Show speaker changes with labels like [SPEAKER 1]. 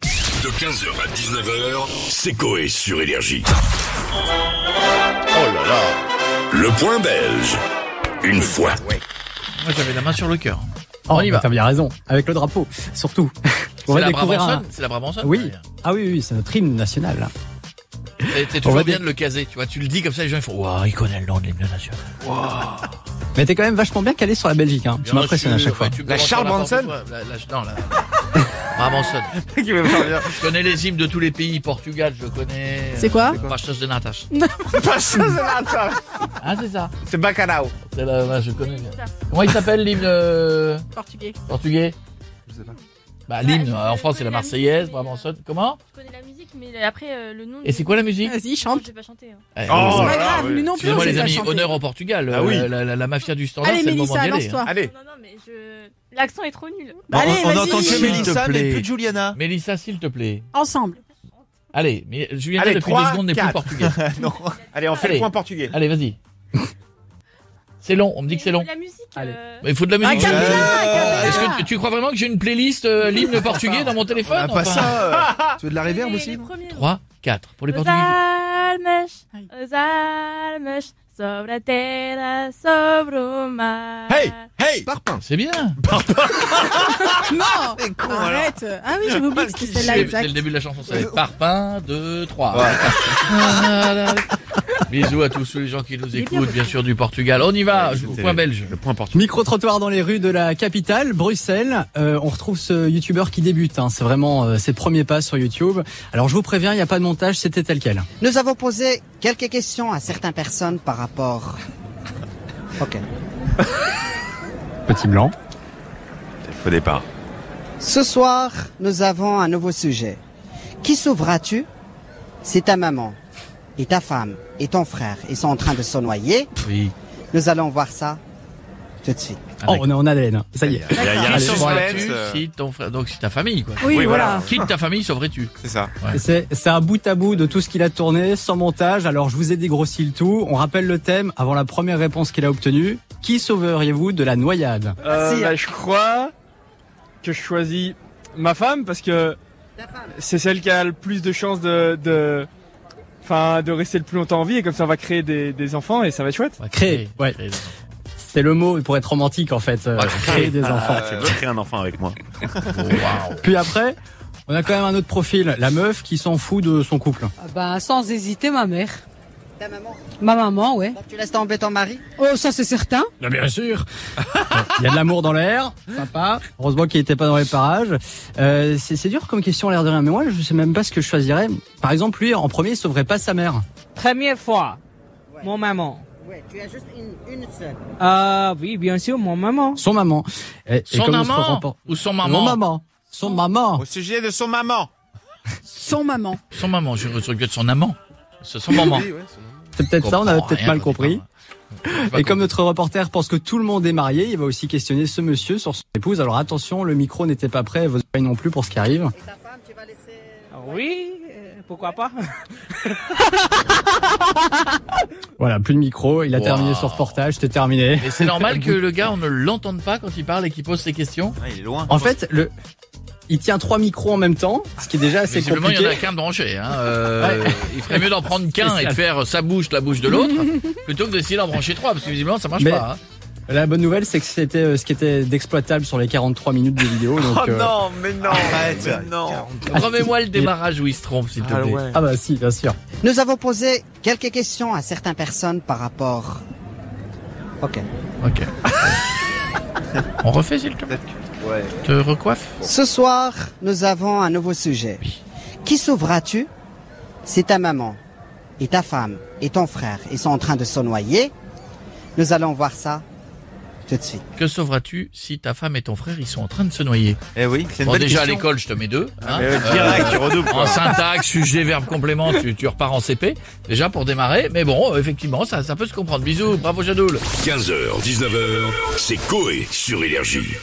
[SPEAKER 1] De 15h à 19h, c'est Coé sur Énergie.
[SPEAKER 2] Oh là là
[SPEAKER 1] Le point belge. Une fois.
[SPEAKER 3] Moi j'avais la main sur le cœur.
[SPEAKER 4] Oh,
[SPEAKER 3] On y va.
[SPEAKER 4] T'as bien raison. Avec le drapeau, surtout. On
[SPEAKER 3] C'est
[SPEAKER 4] va
[SPEAKER 3] la
[SPEAKER 4] découvrir un.
[SPEAKER 3] Brabançonne C'est la Brabançonne
[SPEAKER 4] Oui. Ah oui, oui, c'est notre hymne national. là.
[SPEAKER 3] C'est c'est
[SPEAKER 4] On
[SPEAKER 3] toujours
[SPEAKER 4] va
[SPEAKER 3] bien
[SPEAKER 4] dé-
[SPEAKER 3] de le caser, tu vois. Tu le dis comme ça, les gens ils font oh, Waouh, il connaît le nom de l'hymne national.
[SPEAKER 4] Mais t'es quand même vachement bien calé sur la Belgique. Hein. Tu
[SPEAKER 3] Bien
[SPEAKER 4] m'impressionnes à
[SPEAKER 3] sûr,
[SPEAKER 4] chaque fois.
[SPEAKER 3] ouais, tu me
[SPEAKER 2] La
[SPEAKER 3] demandes
[SPEAKER 2] Charles
[SPEAKER 3] sur n'importe
[SPEAKER 2] Bronson
[SPEAKER 3] quoi. La- la- Non, la. Brabançonne.
[SPEAKER 2] Qui veut faire bien
[SPEAKER 3] Je connais les hymnes de tous les pays. Portugal, je le connais.
[SPEAKER 5] C'est quoi
[SPEAKER 3] Pastas de Natas.
[SPEAKER 2] Pas ça, c'est là, ça.
[SPEAKER 3] Ah, c'est ça.
[SPEAKER 2] C'est Bacalao
[SPEAKER 3] C'est là, là, je connais. Comment il s'appelle l'hymne euh,
[SPEAKER 5] Portugais.
[SPEAKER 3] portugais
[SPEAKER 2] Je sais pas.
[SPEAKER 3] Bah,
[SPEAKER 6] Ouais,
[SPEAKER 3] l'hymne
[SPEAKER 6] je-
[SPEAKER 3] euh, en
[SPEAKER 6] je
[SPEAKER 3] France, c'est la
[SPEAKER 6] connais la
[SPEAKER 3] Marseillaise,
[SPEAKER 6] musique,
[SPEAKER 3] Brabançonne.
[SPEAKER 6] mais-
[SPEAKER 3] Comment
[SPEAKER 6] Je connais la musique, mais après euh, le nom.
[SPEAKER 3] Et c'est quoi la musique
[SPEAKER 5] Vas-y,
[SPEAKER 6] Non,
[SPEAKER 5] chante.
[SPEAKER 6] j'ai pas chanté. hein.
[SPEAKER 3] Eh,
[SPEAKER 2] Oh,
[SPEAKER 3] vous-
[SPEAKER 5] C'est pas
[SPEAKER 2] là,
[SPEAKER 5] grave,
[SPEAKER 2] oui.
[SPEAKER 5] nous non plus.
[SPEAKER 3] Excusez-moi
[SPEAKER 5] on sait
[SPEAKER 3] les
[SPEAKER 5] pas
[SPEAKER 3] amis,
[SPEAKER 5] chanter.
[SPEAKER 3] honneur au Portugal.
[SPEAKER 2] Ah
[SPEAKER 3] Euh,
[SPEAKER 2] oui.
[SPEAKER 3] la, la- la mafia du standard,
[SPEAKER 5] Allez,
[SPEAKER 3] c'est le moment
[SPEAKER 5] Mélissa,
[SPEAKER 3] d'y aller.
[SPEAKER 5] lance-toi.
[SPEAKER 2] Allez
[SPEAKER 6] Non, non, mais je... l'accent est trop nul.
[SPEAKER 5] Bah, Allez,
[SPEAKER 7] on on
[SPEAKER 5] vas-y.
[SPEAKER 7] entend que
[SPEAKER 4] S'il
[SPEAKER 7] Mélissa,
[SPEAKER 4] te plaît.
[SPEAKER 7] mais plus Juliana.
[SPEAKER 3] hein. Mélissa, s'il te plaît.
[SPEAKER 5] Ensemble.
[SPEAKER 3] Allez, mais Julien,
[SPEAKER 2] Allez,
[SPEAKER 3] depuis
[SPEAKER 2] trois,
[SPEAKER 3] deux secondes, n'est plus
[SPEAKER 2] quatre.
[SPEAKER 3] portugais.
[SPEAKER 7] non.
[SPEAKER 2] Allez, on fait
[SPEAKER 3] Allez.
[SPEAKER 2] le point portugais.
[SPEAKER 3] Allez, vas-y. C'est long, on me dit
[SPEAKER 6] Mais
[SPEAKER 3] que c'est long.
[SPEAKER 6] La musique.
[SPEAKER 4] Allez.
[SPEAKER 6] euh,
[SPEAKER 3] Mais il faut de la
[SPEAKER 5] Un
[SPEAKER 3] musique. Euh,
[SPEAKER 5] capella,
[SPEAKER 7] Ah,
[SPEAKER 5] un capella.
[SPEAKER 3] Est-ce que tu, tu crois vraiment que j'ai une playlist euh, l'hymne portugais dans mon
[SPEAKER 7] On a
[SPEAKER 4] hein,
[SPEAKER 3] téléphone
[SPEAKER 7] pas ça. euh. Tu veux de la
[SPEAKER 6] les-
[SPEAKER 7] réverb
[SPEAKER 6] les
[SPEAKER 7] aussi non
[SPEAKER 6] premiers.
[SPEAKER 3] 3, 4. Pour les
[SPEAKER 6] Os
[SPEAKER 3] portugais.
[SPEAKER 6] almas,
[SPEAKER 5] Aïe.
[SPEAKER 6] os almas, sobre a terra, sobre o mar.
[SPEAKER 7] Hey Hey Parpin
[SPEAKER 3] C'est bien.
[SPEAKER 5] Non
[SPEAKER 7] T'es con, alors.
[SPEAKER 5] Ah, Arrête Ah oui, j'avais oublié que c'était
[SPEAKER 3] C'est
[SPEAKER 5] celle-là,
[SPEAKER 3] c'est le
[SPEAKER 5] exact.
[SPEAKER 3] début de la chanson. C'est parpin, 2, 3. Bisous à tous les gens qui nous
[SPEAKER 5] est bien,
[SPEAKER 3] écoutent, bien sûr, du Portugal. On y va, je vous
[SPEAKER 2] c'était-
[SPEAKER 3] point belge.
[SPEAKER 2] Le point portugais.
[SPEAKER 4] Micro-trottoir dans les rues de la capitale, Bruxelles. Euh, on retrouve ce youtubeur qui débute. hein. C'est vraiment euh, ses premiers pas sur YouTube. Alors je vous préviens, il n'y a pas de montage, c'était tel quel.
[SPEAKER 8] Nous avons posé quelques questions à certaines personnes par rapport. Ok.
[SPEAKER 4] Petit blanc.
[SPEAKER 2] Faux départ.
[SPEAKER 8] Ce soir, nous avons un nouveau sujet. Qui sauveras-tu C'est ta maman et ta femme et ton frère. Ils sont en train de se noyer.
[SPEAKER 3] Oui.
[SPEAKER 8] Nous allons voir ça tout de suite.
[SPEAKER 4] Oh, on est en haleine. Ça y est.
[SPEAKER 2] Il y a, il y a un
[SPEAKER 4] Allez,
[SPEAKER 2] suspense,
[SPEAKER 3] Sauverais-tu
[SPEAKER 2] euh,
[SPEAKER 3] si ton frère, donc si ta famille, quoi.
[SPEAKER 5] Oui,
[SPEAKER 2] Oui,
[SPEAKER 5] voilà.
[SPEAKER 3] Quitte ta famille, sauverais-tu
[SPEAKER 2] C'est ça.
[SPEAKER 4] C'est c'est un bout à bout de tout ce qu'il a tourné, sans montage. Alors je vous ai dégrossi le tout. On rappelle le thème avant la première réponse qu'il a obtenue. Qui sauveriez-vous de la noyade
[SPEAKER 9] Euh,
[SPEAKER 8] Si.
[SPEAKER 9] bah, je crois que je choisis ma femme parce que c'est celle qui a le plus de chances de, de, enfin, de rester le plus longtemps en vie et comme ça on va créer des, des enfants et ça va être chouette.
[SPEAKER 3] Ouais,
[SPEAKER 4] Créer, ouais.
[SPEAKER 3] créer.
[SPEAKER 4] C'est le mot pour être romantique en fait. euh,
[SPEAKER 3] Ouais,
[SPEAKER 4] créer des enfants.
[SPEAKER 2] Ah, Tu veux créer un enfant avec moi
[SPEAKER 3] Waouh.
[SPEAKER 4] Puis après, on a quand même un autre profil. La meuf qui s'en fout de son couple.
[SPEAKER 10] Bah, sans hésiter, ma mère.
[SPEAKER 8] Ta maman,
[SPEAKER 10] Ma maman, ouais.
[SPEAKER 8] tu laisses tomber ton mari
[SPEAKER 10] Oh, ça, c'est certain.
[SPEAKER 4] bien sûr. Il y a de l'amour dans l'air, sympa. Heureusement qu'il n'était pas dans les parages. Euh, c'est c'est dur comme question, à l'air de rien. Mais moi, je sais même pas ce que je choisirais. Par exemple, lui, en premier, il sauverait pas sa mère.
[SPEAKER 10] Première fois,
[SPEAKER 8] Ouais.
[SPEAKER 10] mon maman.
[SPEAKER 8] Ouais, tu as juste une, une seule.
[SPEAKER 10] Ah oui, bien sûr, mon maman.
[SPEAKER 4] Son maman. Et- et
[SPEAKER 3] Son
[SPEAKER 4] comme on se
[SPEAKER 3] amant
[SPEAKER 4] remporte-
[SPEAKER 3] ou son
[SPEAKER 4] Mon
[SPEAKER 3] maman
[SPEAKER 4] maman. Son maman.
[SPEAKER 2] Au sujet de son maman.
[SPEAKER 5] Son maman.
[SPEAKER 3] Son maman, je regrette son amant. C'est son maman.
[SPEAKER 4] C'est peut-être ça, on avait peut-être mal compris. Et comme
[SPEAKER 3] notre
[SPEAKER 4] notre reporter pense que tout le monde est marié, il va aussi questionner ce monsieur sur son épouse. Alors attention, le micro n'était pas prêt, vos oreilles non plus pour ce qui arrive.
[SPEAKER 8] Et ta femme, tu vas laisser.
[SPEAKER 10] Oui, euh, pourquoi pas
[SPEAKER 4] Voilà, plus de micro, il a
[SPEAKER 3] Wow.
[SPEAKER 4] terminé son reportage, c'était terminé.
[SPEAKER 3] Et c'est normal que le gars, on ne l'entende pas quand il parle et qu'il pose ses questions.
[SPEAKER 7] Ah, Il est loin.
[SPEAKER 4] En fait, le... il tient trois micros en même temps, ce qui est déjà assez
[SPEAKER 3] Visiblement, il y en a
[SPEAKER 4] Ah, compliqué.
[SPEAKER 3] qu'un branché. Hein. Euh, Il ferait mieux d'en prendre qu'un et de faire sa bouche, la bouche de l'autre, plutôt que d'essayer d'en brancher trois, parce que visiblement, ça marche
[SPEAKER 4] Mais-
[SPEAKER 3] pas. hein.
[SPEAKER 4] La bonne nouvelle, c'est que c'était euh, ce qui était d'exploitable sur les 43 minutes de vidéo. Donc,
[SPEAKER 3] Oh
[SPEAKER 4] euh,
[SPEAKER 2] mais Oh non.
[SPEAKER 7] Arrête.
[SPEAKER 2] mais non.
[SPEAKER 3] Remets-moi le démarrage où il se trompe, s'il te plaît.
[SPEAKER 4] Ah bah si, bien sûr.
[SPEAKER 8] Nous avons posé quelques questions à certaines personnes par rapport. Ok.
[SPEAKER 3] Ok. on refait, s'il te plaît.
[SPEAKER 7] Ouais.
[SPEAKER 3] Te recoiffe.
[SPEAKER 8] Ce soir, nous avons un nouveau sujet. Qui sauveras-tu C'est ta maman et ta femme et ton frère. Ils sont en train de se noyer. Nous allons voir ça tout de suite.
[SPEAKER 3] Que sauveras-tu si ta femme et ton frère, ils sont en train de se noyer
[SPEAKER 7] Eh oui, c'est une
[SPEAKER 3] Bon,
[SPEAKER 7] belle
[SPEAKER 3] déjà, à
[SPEAKER 7] question.
[SPEAKER 3] l'école, je te mets deux.
[SPEAKER 4] Ah,
[SPEAKER 3] hein.
[SPEAKER 2] Mais, euh, direct, tu redoubles.
[SPEAKER 3] En syntaxe, sujet, verbe, complément, tu, tu repars en CP, déjà pour démarrer. Mais bon, effectivement, ça, ça peut se comprendre. Bisous, bravo Jadoul.
[SPEAKER 1] 15h, 19h, c'est Coé sur Énergie.